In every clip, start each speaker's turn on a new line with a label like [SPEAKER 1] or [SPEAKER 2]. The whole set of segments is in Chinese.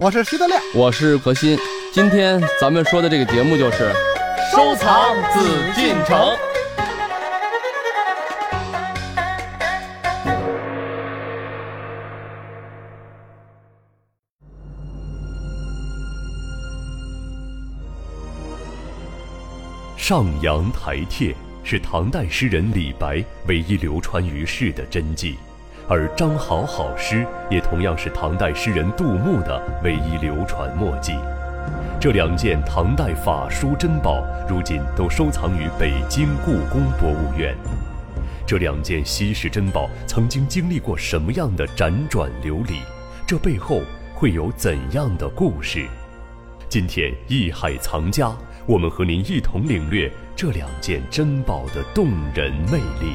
[SPEAKER 1] 我是徐德亮，
[SPEAKER 2] 我是何鑫。今天咱们说的这个节目就是
[SPEAKER 1] 收藏紫禁城。
[SPEAKER 3] 上阳台帖是唐代诗人李白唯一流传于世的真迹，而张好好诗也同样是唐代诗人杜牧的唯一流传墨迹。这两件唐代法书珍宝，如今都收藏于北京故宫博物院。这两件稀世珍宝曾经经历过什么样的辗转流离？这背后会有怎样的故事？今天艺海藏家，我们和您一同领略这两件珍宝的动人魅力。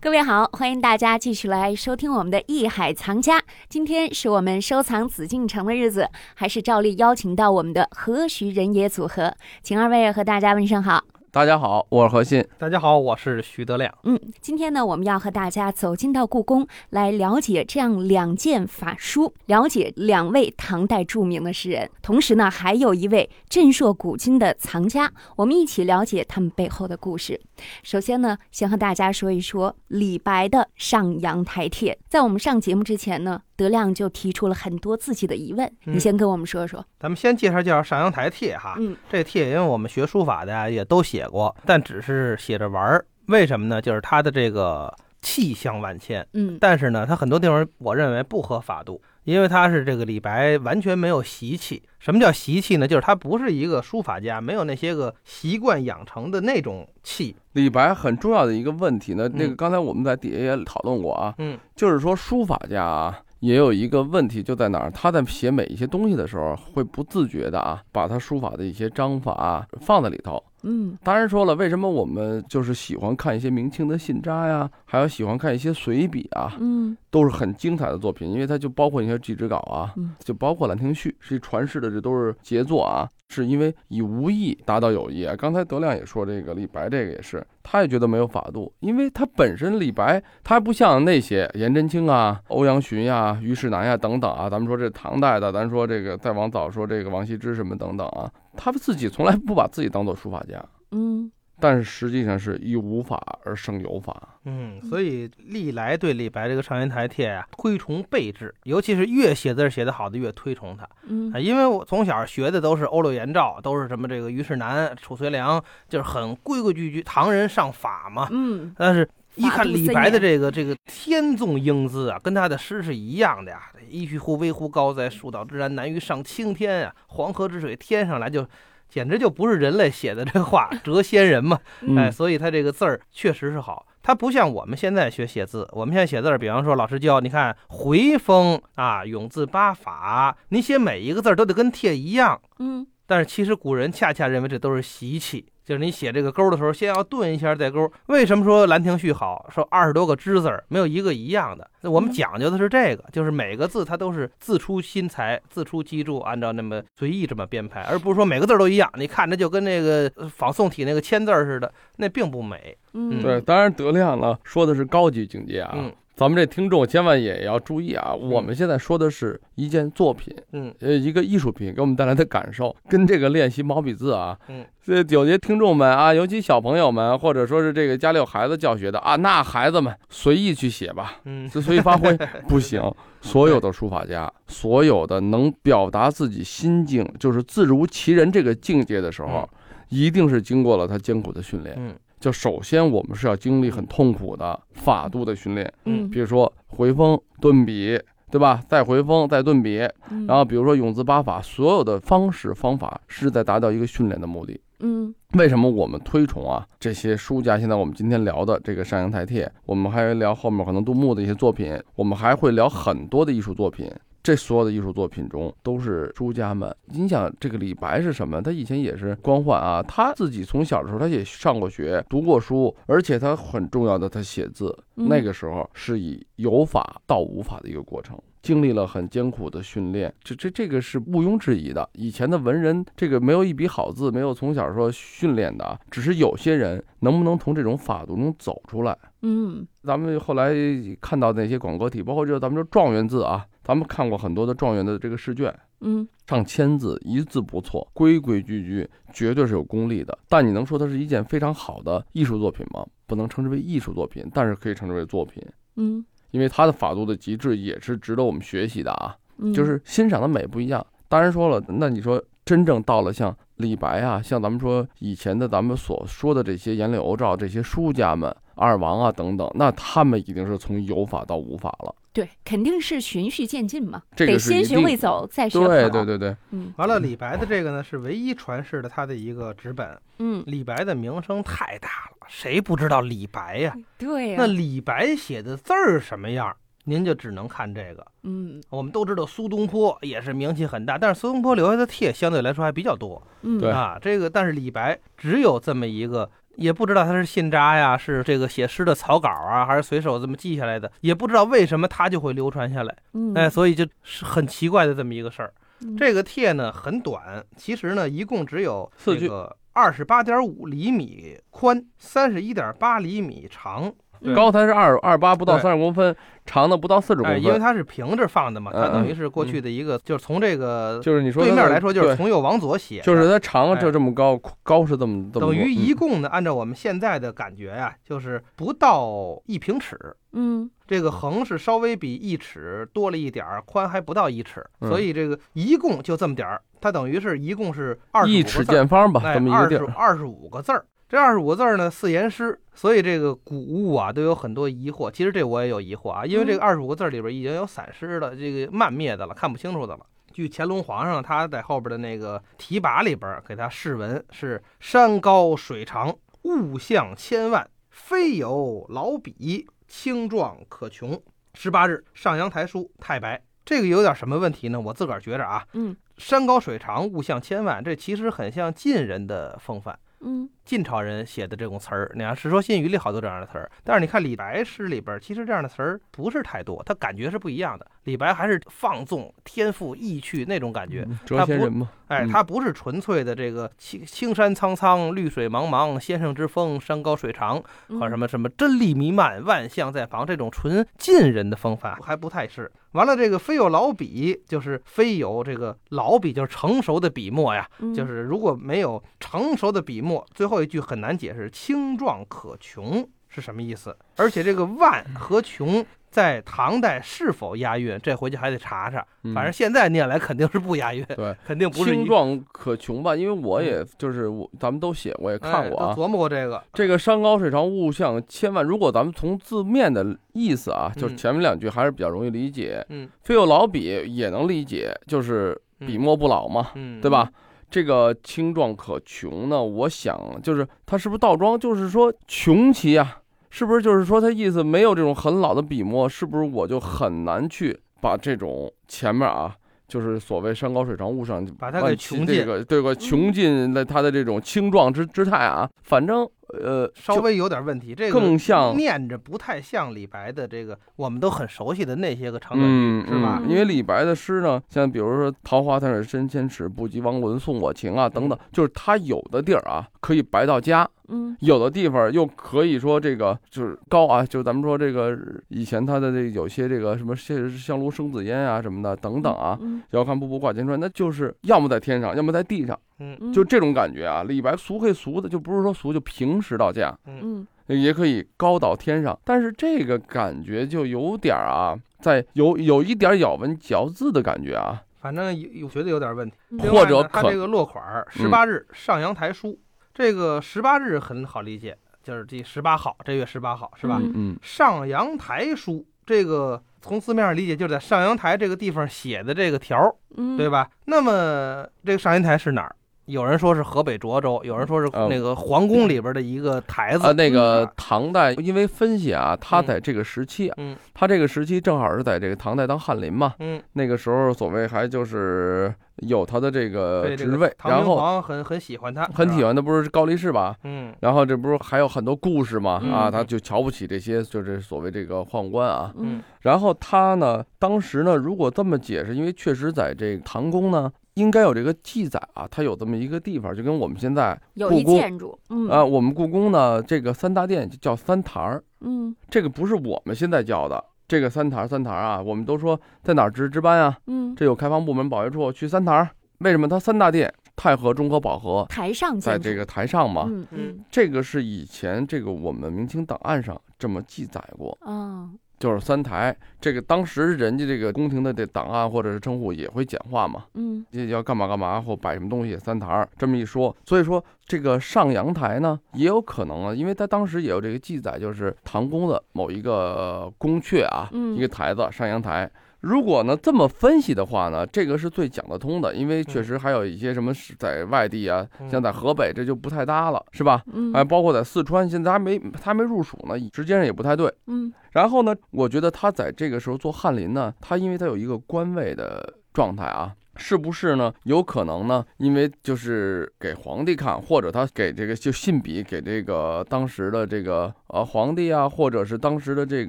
[SPEAKER 4] 各位好，欢迎大家继续来收听我们的《艺海藏家》。今天是我们收藏紫禁城的日子，还是照例邀请到我们的何许人也组合，请二位和大家问声好。
[SPEAKER 2] 大家好，我是何鑫。
[SPEAKER 1] 大家好，我是徐德亮。
[SPEAKER 4] 嗯，今天呢，我们要和大家走进到故宫，来了解这样两件法书，了解两位唐代著名的诗人，同时呢，还有一位震烁古今的藏家，我们一起了解他们背后的故事。首先呢，先和大家说一说李白的《上阳台帖》。在我们上节目之前呢，德亮就提出了很多自己的疑问，
[SPEAKER 1] 嗯
[SPEAKER 4] 你先跟我们说说。
[SPEAKER 1] 咱们先介绍介绍上阳台帖哈，
[SPEAKER 4] 嗯
[SPEAKER 1] 这帖因为我们学书法的呀也都写过，但只是写着玩儿。为什么呢？就是它的这个气象万千，
[SPEAKER 4] 嗯
[SPEAKER 1] 但是呢，它很多地方我认为不合法度，因为它是这个李白完全没有习气。什么叫习气呢？就是他不是一个书法家，没有那些个习惯养成的那种气。
[SPEAKER 2] 李白很重要的一个问题呢，那个
[SPEAKER 1] 嗯
[SPEAKER 2] 刚才我们在底下也讨论过啊，
[SPEAKER 1] 嗯
[SPEAKER 2] 就是说书法家啊。也有一个问题就在哪儿，他在写每一些东西的时候，会不自觉的啊，把他书法的一些章法、啊、放在里头。
[SPEAKER 4] 嗯
[SPEAKER 2] 当然说了，为什么我们就是喜欢看一些明清的信札呀，还有喜欢看一些随笔啊，
[SPEAKER 4] 嗯
[SPEAKER 2] 都是很精彩的作品，因为它就包括一些祭侄稿啊，
[SPEAKER 4] 嗯
[SPEAKER 2] 就包括《兰亭序》，是一传世的，这都是杰作啊。是因为以无意达到有意啊。刚才德亮也说这个李白这个也是，他也觉得没有法度，因为他本身李白他不像那些颜真卿啊、欧阳询呀、虞世南呀、等等啊，咱们说这唐代的，咱说这个再往早说这个王羲之什么等等啊，他们自己从来不把自己当做书法家，
[SPEAKER 4] 嗯
[SPEAKER 2] 但是实际上是以无法而生有法。
[SPEAKER 1] 嗯，所以历来对李白这个上阳台帖啊推崇备至，尤其是越写字儿写得好的越推崇他。
[SPEAKER 4] 嗯
[SPEAKER 1] 啊，因为我从小学的都是欧柳颜兆，都是什么这个虞世南、褚遂良，就是很规规矩矩，唐人上法嘛。
[SPEAKER 4] 嗯
[SPEAKER 1] 但是，一
[SPEAKER 4] 法
[SPEAKER 1] 看
[SPEAKER 4] 度
[SPEAKER 1] 李
[SPEAKER 4] 森
[SPEAKER 1] 白的
[SPEAKER 4] 严
[SPEAKER 1] 这个这个天纵英姿啊，跟他的诗是一样的呀。一去乎微乎高哉，树倒自然难于上青天啊！黄河之水天上来就。简直就不是人类写的这话，谪仙人嘛，
[SPEAKER 2] 嗯
[SPEAKER 1] 哎，所以他这个字儿确实是好，他不像我们现在学写字，我们现在写字儿，比方说老师教你看回风啊，永字八法，你写每一个字儿都得跟帖一样，
[SPEAKER 4] 嗯
[SPEAKER 1] 但是其实古人恰恰认为这都是习气，就是你写这个勾的时候，先要顿一下再勾。为什么说《兰亭序》好？说二十多个之字儿没有一个一样的。那我们
[SPEAKER 4] 嗯
[SPEAKER 1] 讲究的是这个，就是每个字它都是字出心裁、字出机杼，按照那么随意这么编排，而不是说每个字儿都一样。你看着就跟那个呃仿宋体那个签字儿似的，那并不美。
[SPEAKER 4] 嗯，
[SPEAKER 2] 对，当然德亮呢说的是高级境界啊，
[SPEAKER 1] 嗯
[SPEAKER 2] 咱们这听众千万也要注意啊，我们现在说的是一件作品，
[SPEAKER 1] 嗯
[SPEAKER 2] 呃，一个艺术品给我们带来的感受，跟这个练习毛笔字啊，
[SPEAKER 1] 嗯，
[SPEAKER 2] 这有些听众们啊，尤其小朋友们，或者说是这个家里有孩子教学的啊，那孩子们随意去写 吧，
[SPEAKER 1] 嗯
[SPEAKER 2] 就随意发挥不行。所有的书法家，所有的能表达自己心境，就是自如其人这个境界的时候
[SPEAKER 1] 嗯，
[SPEAKER 2] 一定是经过了他艰苦的训练。
[SPEAKER 1] 嗯
[SPEAKER 2] 就首先我们是要经历很痛苦的法度的训练，
[SPEAKER 4] 嗯
[SPEAKER 2] 比如说回风、顿笔，对吧？再回风，再顿笔，
[SPEAKER 4] 嗯
[SPEAKER 2] 然后比如说永字八法，所有的方式方法是在达到一个训练的目的。
[SPEAKER 4] 嗯
[SPEAKER 2] 为什么我们推崇啊这些书家？现在我们今天聊的这个上阳台帖，我们还会聊后面可能杜牧的一些作品，我们还会聊很多的艺术作品。这所有的艺术作品中，都是书家们。你想，这个李白是什么？他以前也是官宦啊，他自己从小的时候他也上过学，读过书，而且他很重要的，他写字，
[SPEAKER 4] 嗯
[SPEAKER 2] 那个时候是以有法到无法的一个过程。经历了很艰苦的训练，这这这个是毋庸置疑的。以前的文人这个没有一笔好字，没有从小说训练的啊，只是有些人能不能从这种法度中走出来。
[SPEAKER 4] 嗯，
[SPEAKER 2] 咱们后来看到那些广告体，包括就是咱们说状元字啊，咱们看过很多的状元的这个试卷，
[SPEAKER 4] 嗯，
[SPEAKER 2] 上千字，一字不错，规规矩矩，绝对是有功力的。但你能说它是一件非常好的艺术作品吗？不能称之为艺术作品，但是可以称之为作品，
[SPEAKER 4] 嗯，
[SPEAKER 2] 因为它的法度的极致也是值得我们学习的啊。
[SPEAKER 4] 嗯
[SPEAKER 2] 就是欣赏的美不一样。当然说了，那你说真正到了像李白啊，像咱们说以前的咱们所说的这些颜柳欧赵这些书家们、二王啊等等，那他们已经是从有法到无法了。
[SPEAKER 4] 对，肯定是循序渐进嘛，
[SPEAKER 2] 这个
[SPEAKER 4] 得
[SPEAKER 2] 是一
[SPEAKER 4] 先学
[SPEAKER 2] 定
[SPEAKER 4] 会走，再学
[SPEAKER 2] 对
[SPEAKER 4] 跑
[SPEAKER 2] 对，对对，
[SPEAKER 4] 嗯
[SPEAKER 1] 完了，李白的这个呢是唯一传世的他的一个纸本。
[SPEAKER 4] 嗯，
[SPEAKER 1] 李白的名声太大了，谁不知道李白呀？
[SPEAKER 4] 对呀、
[SPEAKER 1] 那李白写的字儿什么样，您就只能看这个。
[SPEAKER 4] 嗯
[SPEAKER 1] 我们都知道苏东坡也是名气很大，但是苏东坡留下的帖相对来说还比较多
[SPEAKER 4] 嗯，
[SPEAKER 2] 对
[SPEAKER 1] 啊。这个但是李白只有这么一个，也不知道他是信札呀，是这个写诗的草稿啊，还是随手这么记下来的，也不知道为什么他就会流传下来。
[SPEAKER 4] 嗯，
[SPEAKER 1] 哎，所以就是很奇怪的这么一个事儿。
[SPEAKER 4] 嗯
[SPEAKER 1] 这个帖呢很短，其实呢一共只有
[SPEAKER 2] 四
[SPEAKER 1] 这
[SPEAKER 2] 句
[SPEAKER 1] 个二十八点五厘米宽，三十一点八厘米长。
[SPEAKER 4] 嗯
[SPEAKER 2] 高才是二二八不到
[SPEAKER 1] 对
[SPEAKER 2] 三十公分，长的不到四十公
[SPEAKER 1] 哎，因为
[SPEAKER 2] 分，
[SPEAKER 1] 它是平着放的嘛，它
[SPEAKER 2] 嗯嗯
[SPEAKER 1] 等于是过去的一个，就是从这个
[SPEAKER 2] 就是你说
[SPEAKER 1] 对
[SPEAKER 2] 它
[SPEAKER 1] 面
[SPEAKER 2] 的
[SPEAKER 1] 来说，就是
[SPEAKER 2] 对
[SPEAKER 1] 从右往左写的，
[SPEAKER 2] 就是它长
[SPEAKER 1] 哎
[SPEAKER 2] 就这么高，高是这么这么多
[SPEAKER 1] 等于一
[SPEAKER 2] 嗯
[SPEAKER 1] 共呢，按照我们现在的感觉呀、就是不到一平尺。
[SPEAKER 4] 嗯
[SPEAKER 1] 这个横是稍微比一尺多了一点儿，宽还不到一尺，
[SPEAKER 2] 嗯
[SPEAKER 1] 所以这个一共就这么点儿，它等于是一共是二十
[SPEAKER 2] 一尺见方吧，
[SPEAKER 1] 哎，
[SPEAKER 2] 这么一个地
[SPEAKER 1] 二
[SPEAKER 2] 儿嗯
[SPEAKER 1] 十。二十五个字儿。这二十五个字儿呢，四言诗，所以这个古物啊都有很多疑惑。其实这我也有疑惑啊，因为这个二十五个字儿里边已经有散诗的、这个漫灭的了，看不清楚的了。据乾隆皇上他在后边的那个题跋里边儿给他释文是“山高水长，物象千万，非有老笔青壮可穷”。十八日上阳台书太白，这个有点什么问题呢？我自个儿觉着啊，
[SPEAKER 4] 嗯
[SPEAKER 1] 山高水长，物象千万，这其实很像晋人的风范。
[SPEAKER 4] 嗯
[SPEAKER 1] 晋朝人写的这种词儿，你看《世说新语》里好多这样的词儿，但是你看李白诗里边儿，其实这样的词儿不是太多，他感觉是不一样的。李白还是放纵、天赋、意趣那种感觉，
[SPEAKER 2] 嗯谪
[SPEAKER 1] 它
[SPEAKER 2] 仙
[SPEAKER 1] 不
[SPEAKER 2] 人嘛，
[SPEAKER 1] 哎，
[SPEAKER 2] 嗯
[SPEAKER 1] 他不是纯粹的这个青青山苍苍，绿水茫茫，先生之风，山高水长，
[SPEAKER 4] 嗯，
[SPEAKER 1] 或者什么什么真理弥漫，万象在旁这种纯晋人的风范还不太是。完了，这个非有老笔，就是非有这个老笔，就是成熟的笔墨呀，
[SPEAKER 4] 嗯
[SPEAKER 1] 就是如果没有成熟的笔墨，最后一句很难解释，青壮可穷是什么意思？而且这个万
[SPEAKER 2] 嗯
[SPEAKER 1] 和穷。在唐代是否押韵？这回去还得查查。
[SPEAKER 2] 嗯
[SPEAKER 1] 反正现在念来肯定是不押韵，
[SPEAKER 2] 对，
[SPEAKER 1] 肯定 不是一嗯
[SPEAKER 2] 青壮可穷吧，因为我也就是我，咱们都写，我也看
[SPEAKER 1] 哎
[SPEAKER 2] 过啊。
[SPEAKER 1] 都琢磨过这个。
[SPEAKER 2] 这个山高水长，物象千万。如果咱们从字面的意思啊，就是
[SPEAKER 1] 嗯
[SPEAKER 2] 前面两句还是比较容易理解。
[SPEAKER 1] 嗯，
[SPEAKER 2] 非有老笔也能理解，就是
[SPEAKER 1] 嗯
[SPEAKER 2] 笔，墨不老嘛，
[SPEAKER 1] 嗯，
[SPEAKER 2] 对吧？这个青壮可穷呢，我想就是它是不是倒装？就是说穷其啊，是不是就是说它意思没有这种很老的笔墨，是不是我就很难去把这种前面啊，就是所谓山高水长，物上
[SPEAKER 1] 把它给穷尽嗯
[SPEAKER 2] 这个这个穷尽了它的这种青壮之之态啊，反正呃
[SPEAKER 1] 稍微有点问题，这个
[SPEAKER 2] 更像
[SPEAKER 1] 念着不太像李白的这个我们都很熟悉的那些个长短句。
[SPEAKER 2] 嗯，
[SPEAKER 1] 是吧
[SPEAKER 2] 嗯因为李白的诗呢，像比如说“桃花潭水深千尺，不及汪伦送我情”啊，等
[SPEAKER 1] 嗯
[SPEAKER 2] 等，就是他有的地儿啊，可以白到家，
[SPEAKER 4] 嗯
[SPEAKER 2] 有的地方又可以说这个就是高啊，就咱们说这个以前他的这有些这个什么香香炉生紫烟啊什么的等等啊，
[SPEAKER 4] 嗯
[SPEAKER 2] 遥看瀑布挂前川，那就是要么在天上，要么在地上，
[SPEAKER 1] 嗯
[SPEAKER 4] 嗯
[SPEAKER 2] 就这种感觉啊。李白俗可以俗的，就不是说俗，就平时到家，
[SPEAKER 1] 嗯
[SPEAKER 4] 嗯
[SPEAKER 2] 也可以高到天上，但是这个感觉就有点儿啊，在有有一点儿咬文嚼字的感觉啊，
[SPEAKER 1] 反正有有觉得有点问题。
[SPEAKER 4] 嗯
[SPEAKER 1] 另外
[SPEAKER 2] 或
[SPEAKER 1] 呢
[SPEAKER 2] 者
[SPEAKER 1] 他
[SPEAKER 2] 可
[SPEAKER 1] 这个落款儿
[SPEAKER 2] 嗯
[SPEAKER 1] 十八日上阳台书，这个十八日很好理解，就是第十八号，这月十八号是吧？
[SPEAKER 4] 嗯
[SPEAKER 2] 嗯，
[SPEAKER 1] 上阳台书这个从字面上理解就是在上阳台这个地方写的这个条儿，
[SPEAKER 4] 嗯，
[SPEAKER 1] 对吧？那么这个上阳台是哪儿？有人说是河北涿州，有人说是
[SPEAKER 2] 哦
[SPEAKER 1] 那个皇宫里边的一个台子
[SPEAKER 2] 啊，那个
[SPEAKER 4] 嗯
[SPEAKER 1] 啊
[SPEAKER 2] 唐代，因为分析啊，他
[SPEAKER 1] 嗯
[SPEAKER 2] 在这个时期啊，
[SPEAKER 1] 嗯
[SPEAKER 2] 他这个时期正好是在这个唐代当翰林嘛，
[SPEAKER 1] 嗯，
[SPEAKER 2] 那个时候所谓还就是有他的这个
[SPEAKER 1] 对这
[SPEAKER 2] 职
[SPEAKER 1] 个
[SPEAKER 2] 位，
[SPEAKER 1] 唐
[SPEAKER 2] 然
[SPEAKER 1] 明
[SPEAKER 2] 后
[SPEAKER 1] 皇很很喜欢他，
[SPEAKER 2] 很
[SPEAKER 1] 是
[SPEAKER 2] 喜
[SPEAKER 1] 吧，
[SPEAKER 2] 欢的不是高力士吧？
[SPEAKER 1] 嗯
[SPEAKER 2] 然后这不是还有很多故事嘛？啊，
[SPEAKER 1] 嗯
[SPEAKER 2] 他就瞧不起这些，就是所谓这个宦官啊。
[SPEAKER 1] 嗯
[SPEAKER 2] 然后他呢，当时呢，如果这么解释，因为确实在这个唐宫呢，应该有这个记载啊，它有这么一个地方，就跟我们现在啊、
[SPEAKER 4] 有
[SPEAKER 2] 故
[SPEAKER 4] 一
[SPEAKER 2] 宫啊
[SPEAKER 4] 建筑，嗯
[SPEAKER 2] 我们故宫呢，这个三大殿就叫三台儿，
[SPEAKER 4] 嗯
[SPEAKER 2] 这个不是我们现在叫的。这个三台儿三台儿啊，我们都说在哪儿值值班啊？
[SPEAKER 4] 嗯，
[SPEAKER 2] 这有开防部门保卫处去三台儿，为什么它三大殿太和、中和、保和
[SPEAKER 4] 台上建
[SPEAKER 2] 在
[SPEAKER 4] 筑，
[SPEAKER 2] 这个啊台上嘛？
[SPEAKER 4] 嗯
[SPEAKER 1] 嗯
[SPEAKER 4] 嗯
[SPEAKER 2] 这个是以前这个我们明清档案上这么记载过，
[SPEAKER 4] 哦，
[SPEAKER 2] 就是三台。这个当时人家这个宫廷的这档案或者是称呼也会简化嘛，
[SPEAKER 4] 嗯
[SPEAKER 2] 这要干嘛干嘛或摆什么东西三台儿这么一说，所以说这个上阳台呢也有可能啊，因为他当时也有这个记载，就是唐宫的某一个宫阙啊，
[SPEAKER 4] 嗯
[SPEAKER 2] 一个台子上阳台。如果呢这么分析的话呢，这个是最讲得通的，因为确实还有一些什么是在外地啊，
[SPEAKER 1] 嗯
[SPEAKER 2] 像在河北这就不太搭了，是吧？
[SPEAKER 4] 嗯，
[SPEAKER 2] 哎，包括在四川，现在还没他还没入蜀呢，时间上也不太对。
[SPEAKER 4] 嗯
[SPEAKER 2] 然后呢，我觉得他在这个时候做翰林呢，他因为他有一个官位的状态啊，是不是呢？有可能呢，因为就是给皇帝看，或者他给这个就信笔给这个当时的这个呃皇帝啊，或者是当时的这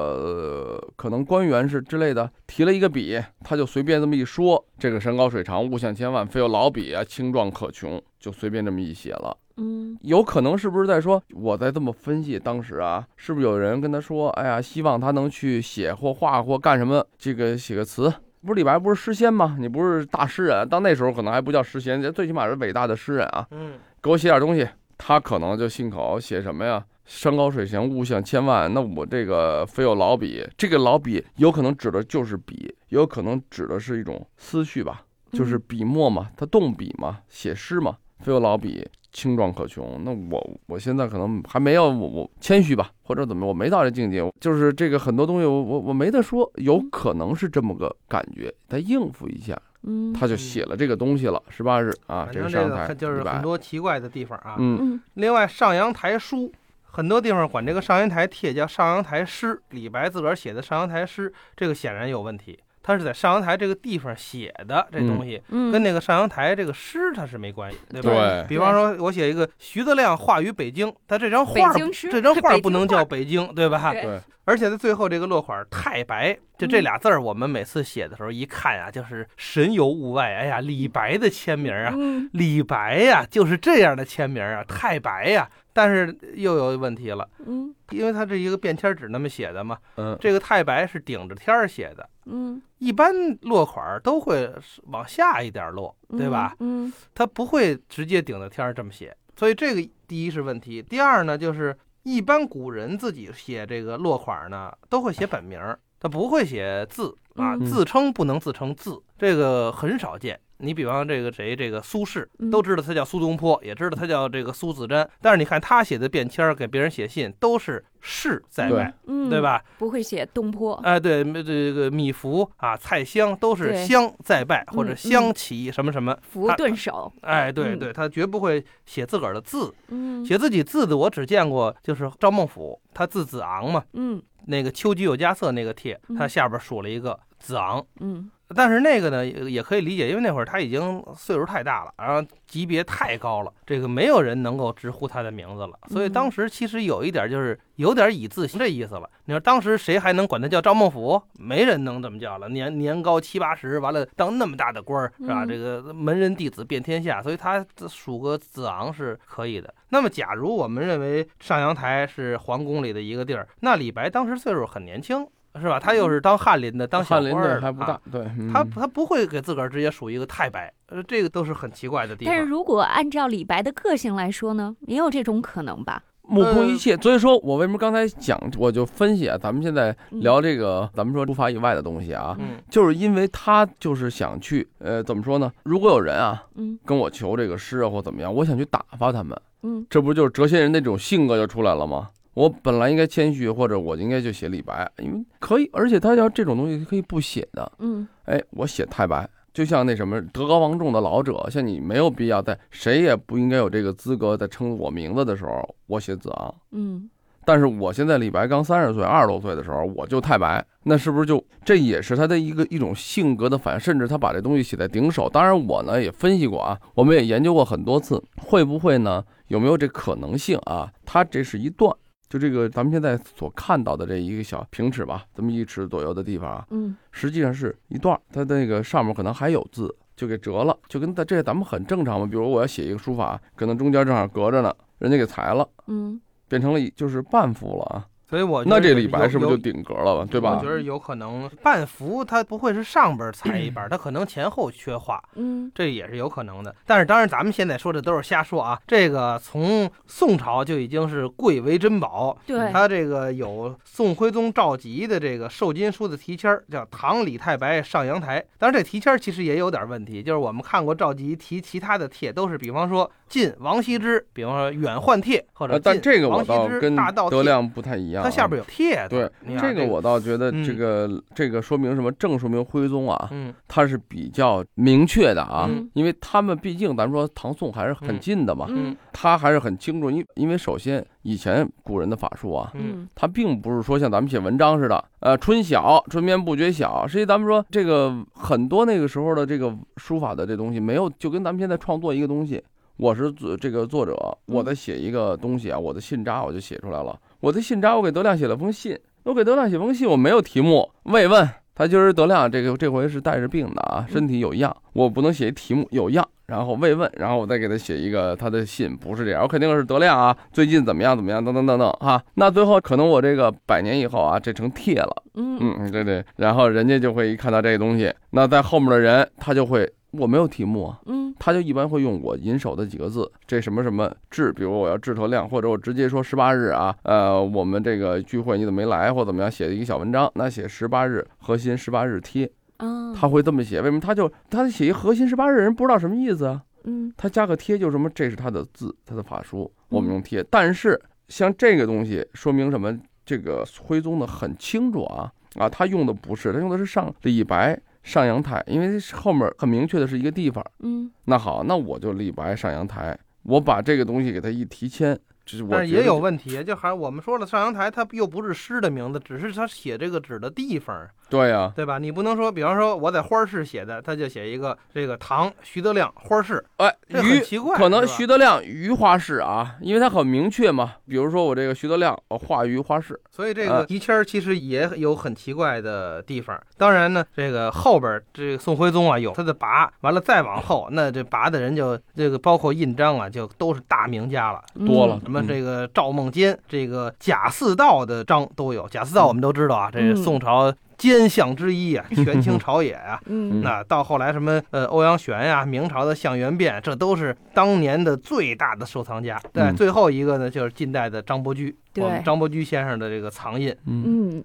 [SPEAKER 2] 个、呃可能官员是之类的提了一个笔，他就随便这么一说，这个山高水长，物象千万，非有老笔啊，青壮可穷，就随便这么一写了。
[SPEAKER 4] 嗯
[SPEAKER 2] 有可能是不是在说我在这么分析？当时啊，是不是有人跟他说，哎呀，希望他能去写或画或干什么？这个写个词，不是李白不是诗仙吗？你不是大诗人，到那时候可能还不叫诗仙，这最起码是伟大的诗人啊，
[SPEAKER 1] 嗯
[SPEAKER 2] 给我写点东西。他可能就信口写什么呀？山高水长，物象千万。那我这个非有老笔，这个老笔有可能指的就是笔，也有可能指的是一种思绪吧。就是
[SPEAKER 4] 嗯
[SPEAKER 2] 笔墨嘛，他动笔嘛，写诗嘛，非有老笔，青壮可穷。那我我现在可能还没有我我谦虚吧，或者怎么，我没到这境界，就是这个很多东西我我我没得说，有
[SPEAKER 1] 嗯
[SPEAKER 2] 可能是这么个感觉，再应付一下，
[SPEAKER 4] 嗯
[SPEAKER 2] 他就写了这个东西了，十八日啊，
[SPEAKER 1] 反
[SPEAKER 2] 这
[SPEAKER 1] 正
[SPEAKER 2] 个
[SPEAKER 1] 这
[SPEAKER 2] 上
[SPEAKER 1] 个
[SPEAKER 2] 台
[SPEAKER 1] 很就是
[SPEAKER 2] 李白
[SPEAKER 1] 很多奇怪的地方啊。
[SPEAKER 2] 嗯
[SPEAKER 4] 嗯
[SPEAKER 1] 另外，上阳台书，很多地方管这个上阳台帖叫上阳台诗。李白自个儿写的上阳台诗，这个显然有问题。他是在上阳台这个地方写的这东西，
[SPEAKER 4] 嗯
[SPEAKER 1] 跟那个上阳台这个诗它是没关系，对吧？
[SPEAKER 2] 对
[SPEAKER 1] 比方说，我写一个徐德亮画于北京，但这张画儿
[SPEAKER 4] 北京诗
[SPEAKER 1] 这张画儿
[SPEAKER 4] 北京
[SPEAKER 1] 不能叫
[SPEAKER 4] 画
[SPEAKER 1] 北京，对吧？
[SPEAKER 4] 对
[SPEAKER 2] 对
[SPEAKER 1] 而且在最后这个落款儿太白，就这
[SPEAKER 4] 嗯
[SPEAKER 1] 俩字儿，我们每次写的时候一看啊，就是神游物外。哎呀，李白的签名儿啊，
[SPEAKER 4] 嗯
[SPEAKER 1] 李白呀、就是这样的签名啊，太白呀、但是又有问题了，
[SPEAKER 4] 嗯
[SPEAKER 1] 因为它这一个便签纸那么写的嘛，
[SPEAKER 2] 嗯
[SPEAKER 1] 这个太白是顶着天儿写的，
[SPEAKER 4] 嗯，
[SPEAKER 1] 一般落款儿都会往下一点儿落，对吧？
[SPEAKER 4] 嗯？
[SPEAKER 1] 它不会直接顶着天儿这么写，所以这个第一是问题，第二呢就是一般古人自己写这个落款儿呢，都会写本名儿，他不会写字啊，
[SPEAKER 4] 嗯
[SPEAKER 1] 自称不能自称字，这个很少见。你比方这个谁，这个苏轼
[SPEAKER 4] 嗯
[SPEAKER 1] 都知道他叫苏东坡，也知道他叫这个苏子瞻，但是你看他写的便签儿给别人写信都是“是”在外，
[SPEAKER 4] 嗯，
[SPEAKER 1] 对？吧？
[SPEAKER 4] 不会写东坡，
[SPEAKER 2] 啊
[SPEAKER 1] 哎，对，这个米芾啊、蔡襄都是
[SPEAKER 4] 对
[SPEAKER 1] “襄在外”或者“
[SPEAKER 4] 嗯
[SPEAKER 1] 襄其”什么什么，
[SPEAKER 4] 福
[SPEAKER 1] 他
[SPEAKER 4] 顿
[SPEAKER 2] 啊
[SPEAKER 4] 首，
[SPEAKER 1] 哎，对
[SPEAKER 4] 嗯
[SPEAKER 1] 对，他绝不会写自个儿的字，
[SPEAKER 4] 嗯
[SPEAKER 1] 写自己字的我只见过就是赵孟俯，他字子昂嘛，
[SPEAKER 4] 嗯
[SPEAKER 1] 那个《秋菊有佳色》那个帖，他
[SPEAKER 4] 嗯
[SPEAKER 1] 下边数了一个子昂。
[SPEAKER 4] 嗯
[SPEAKER 1] 但是那个呢，也也可以理解，因为那会儿他已经岁数太大了，然后级别太高了，这个没有人能够直呼他的名字了。所以
[SPEAKER 4] 嗯
[SPEAKER 1] 当时其实有一点就是有点以字行这意思了。你说当时谁还能管他叫赵孟俯？没人能这么叫了。年年高七八十，完了当那么大的官儿是吧？
[SPEAKER 4] 嗯
[SPEAKER 1] 这个门人弟子遍天下，所以他属个子昂是可以的。那么假如我们认为上阳台是皇宫里的一个地儿，那李白当时岁数很年轻。是吧？他又是当翰林的，当
[SPEAKER 2] 嗯
[SPEAKER 1] 小
[SPEAKER 2] 翰林
[SPEAKER 1] 官儿
[SPEAKER 2] 那
[SPEAKER 1] 的
[SPEAKER 2] 还不
[SPEAKER 1] 啊
[SPEAKER 2] 大，对，嗯
[SPEAKER 1] 他他不会给自个儿直接数一个太白，呃，这个都是很奇怪的地
[SPEAKER 4] 但是
[SPEAKER 1] 方。
[SPEAKER 4] 如果按照李白的个性来说呢，也有这种可能吧？
[SPEAKER 2] 目
[SPEAKER 1] 呃
[SPEAKER 2] 空一切。所以说我为什么刚才讲，我就分析啊，咱们现在
[SPEAKER 4] 嗯
[SPEAKER 2] 聊这个，咱们说书法以外的东西啊，
[SPEAKER 1] 嗯
[SPEAKER 2] 就是因为他就是想去，呃，怎么说呢？如果有人啊
[SPEAKER 4] 嗯
[SPEAKER 2] 跟我求这个诗啊或怎么样，我想去打发他们，
[SPEAKER 4] 嗯
[SPEAKER 2] 这不就是谪仙人那种性格就出来了吗？我本来应该谦虚，或者我应该就写李白，因为可以，而且他要这种东西可以不写的。
[SPEAKER 4] 嗯
[SPEAKER 2] 哎，我写太白，就就像那什么德高望重的老者，像你没有必要在谁也不应该有这个资格在称我名字的时候，我写子昂。
[SPEAKER 4] 嗯，
[SPEAKER 2] 但是我现在李白刚三十岁、二十多岁的时候，我就太白，那是不是就这也是他的一个一种性格的反应？甚至他把这东西写在顶首。当然，我呢也分析过啊，我们也研究过很多次，会不会呢？有没有这可能性啊？它这是一段，就这个咱们现在所看到的这一个小平尺吧，这么一尺左右的地方啊，
[SPEAKER 4] 嗯，
[SPEAKER 2] 实际上是一段儿，它的那个上面可能还有字，就给折了，就跟咱这咱们很正常嘛。比如我要写一个书法，可能中间正好隔着呢，人家给裁了，
[SPEAKER 4] 嗯，
[SPEAKER 2] 变成了一就是半幅了啊。
[SPEAKER 1] 所以我觉得
[SPEAKER 2] 那这李白是不是就
[SPEAKER 1] 有
[SPEAKER 2] 顶格了吧？对
[SPEAKER 1] 我
[SPEAKER 2] 吧
[SPEAKER 1] 觉？得有可能半幅它不会是上边儿裁一半儿，它可能前后缺画，
[SPEAKER 4] 嗯，
[SPEAKER 1] 这也是有可能的。但是当然，咱们现在说的都是瞎说啊。这个从宋朝就已经是贵为珍宝，
[SPEAKER 4] 对，
[SPEAKER 1] 它这个有宋徽宗赵佶的这个授金书的题签儿，叫“唐李太白上阳台”。当然，这题签儿其实也有点问题，就是我们看过赵佶题其他的帖，都是比方说“晋王羲之”，比方说“远宦帖”或者
[SPEAKER 2] 呃
[SPEAKER 1] “
[SPEAKER 2] 但这个我
[SPEAKER 1] 王羲
[SPEAKER 2] 倒
[SPEAKER 1] 之
[SPEAKER 2] 跟
[SPEAKER 1] 大道
[SPEAKER 2] 德
[SPEAKER 1] 帖
[SPEAKER 2] 亮不太一样啊。
[SPEAKER 1] 它下边有帖子。
[SPEAKER 2] 对
[SPEAKER 1] 你看
[SPEAKER 2] 这个，我倒觉得
[SPEAKER 1] 嗯
[SPEAKER 2] 这个这个说明什么？正说明徽宗啊，
[SPEAKER 1] 嗯，
[SPEAKER 2] 他是比较明确的啊
[SPEAKER 4] 嗯，
[SPEAKER 2] 因为他们毕竟咱们说唐宋还是很近的嘛，
[SPEAKER 4] 嗯
[SPEAKER 2] 他还是很清楚。因因为首先以前古人的法术啊，
[SPEAKER 1] 嗯
[SPEAKER 4] 嗯
[SPEAKER 2] 它并不是说像咱们写文章似的，呃，春晓，春眠不觉晓。实际咱们说这个很多那个时候的这个书法的这东西，没有就跟咱们现在创作一个东西，我是作这个作者，
[SPEAKER 4] 嗯
[SPEAKER 2] 我在写一个东西啊，我的信札我就写出来了。我的信札，我给德亮写了封信，我给德亮写封信，我没有题目慰问。他今儿德亮这个这回是带着病的啊，身体有恙，我不能写一题目有恙，然后慰问，然后我再给他写一个他的信，不是这样，我肯定是德亮啊，最近怎么样怎么样，等等等等哈、那最后可能我这个百年以后啊，这成帖了，
[SPEAKER 4] 嗯，
[SPEAKER 2] 嗯，对对，然后人家就会一看到这个东西，那在后面的人他就会我没有题目啊，
[SPEAKER 4] 嗯，
[SPEAKER 2] 他就一般会用我银手的几个字，这什么什么志，比如我要志头亮，或者我直接说十八日啊，呃，我们这个聚会你怎么没来，或怎么样，写一个小文章，那写十八日核心十八日贴，
[SPEAKER 4] 啊，
[SPEAKER 2] 他会这么写，为什么他就他写一核心十八日，人不知道什么意思啊？
[SPEAKER 4] 嗯，
[SPEAKER 2] 他加个贴就是什么，这是他的字，他的法书，我们用贴。但是像这个东西，说明什么？这个徽宗呢很清楚啊啊，他用的不是，他用的是上李白上阳台，因为后面很明确的是一个地方。
[SPEAKER 4] 嗯，
[SPEAKER 2] 那好，那我就李白上阳台，我把这个东西给他一提签，这是我
[SPEAKER 1] 但是
[SPEAKER 2] 觉得
[SPEAKER 1] 也有
[SPEAKER 2] 就
[SPEAKER 1] 问题，就好像我们说了，上阳台它又不是诗的名字，只是它写这个纸的地方，
[SPEAKER 2] 对呀、啊，
[SPEAKER 1] 对吧？你不能说，比方说我在花市写的，他就写一个这个唐徐德亮花市，
[SPEAKER 2] 哎，
[SPEAKER 1] 这很
[SPEAKER 2] 于
[SPEAKER 1] 奇怪，
[SPEAKER 2] 可能
[SPEAKER 1] 是吧
[SPEAKER 2] 徐德亮于花市啊，因为他很明确嘛。比如说我这个徐德亮，我画于花市，
[SPEAKER 1] 所以这
[SPEAKER 2] 啊
[SPEAKER 1] 个题签儿其实也有很奇怪的地方。当然呢，这个后边儿这个宋徽宗啊有他的拔，完了再往后，那这拔的人就这个包括印章啊，就都是大名家了。
[SPEAKER 2] 多了
[SPEAKER 1] 什么
[SPEAKER 2] 嗯
[SPEAKER 1] 这个赵梦坚、这个贾似道的章都有。贾似道我们都知道啊，
[SPEAKER 2] 嗯
[SPEAKER 1] 这是宋朝奸相之一啊，权 倾朝野啊。
[SPEAKER 4] 嗯，
[SPEAKER 1] 那到后来什么呃欧阳玄呀、明朝的项元变，这都是当年的最大的收藏家。对，
[SPEAKER 2] 嗯
[SPEAKER 1] 最后一个呢就是近代的张伯驹，
[SPEAKER 4] 对
[SPEAKER 1] 我们张伯驹先生的这个藏印。
[SPEAKER 2] 嗯
[SPEAKER 4] 嗯，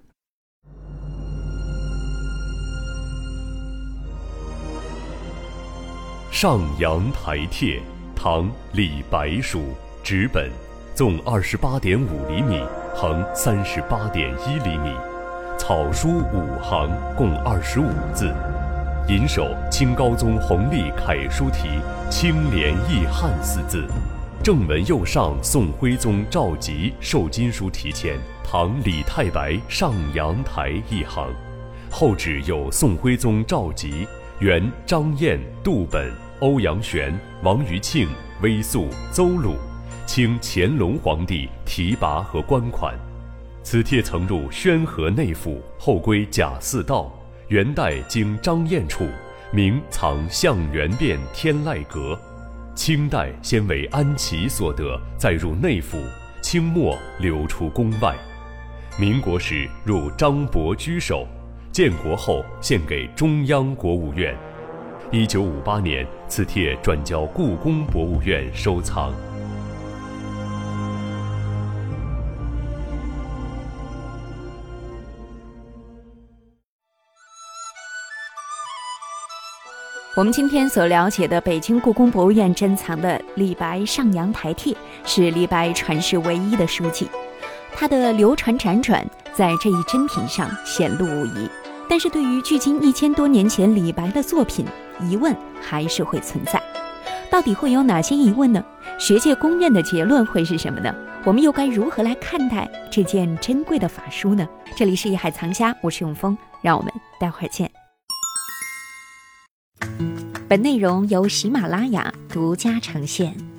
[SPEAKER 3] 《上阳台帖》唐·李白书，纸本，纵二十八点五厘米，横三十八点一厘米，草书五行，共二十五字。银手清高宗弘历楷书题“清廉益汉”四字。正文右上宋徽宗赵佶授金书题前，唐李太白上阳台一行。后址有宋徽宗赵佶、原张彦、杜本、欧阳玄、王于庆、微肃、邹鲁，清乾隆皇帝提拔和官款。此帖曾入宣和内府，后归贾似道。元代经张彦处，明藏项元变天籁阁。清代先为安琪所得，再入内府，清末流出宫外。民国时入张伯驹手，建国后献给中央国务院。一九五八年，此帖转交故宫博物院收藏。
[SPEAKER 4] 我们今天所了解的北京故宫博物院珍藏的《李白上阳台帖》是李白传世唯一的书籍，它的流传辗转在这一珍品上显露无遗。但是对于距今一千多年前李白的作品，疑问还是会存在。到底会有哪些疑问呢？学界公认的结论会是什么呢？我们又该如何来看待这件珍贵的法书呢？这里是《艺海藏家》，我是永峰，让我们待会儿见。本内容由喜马拉雅独家呈现。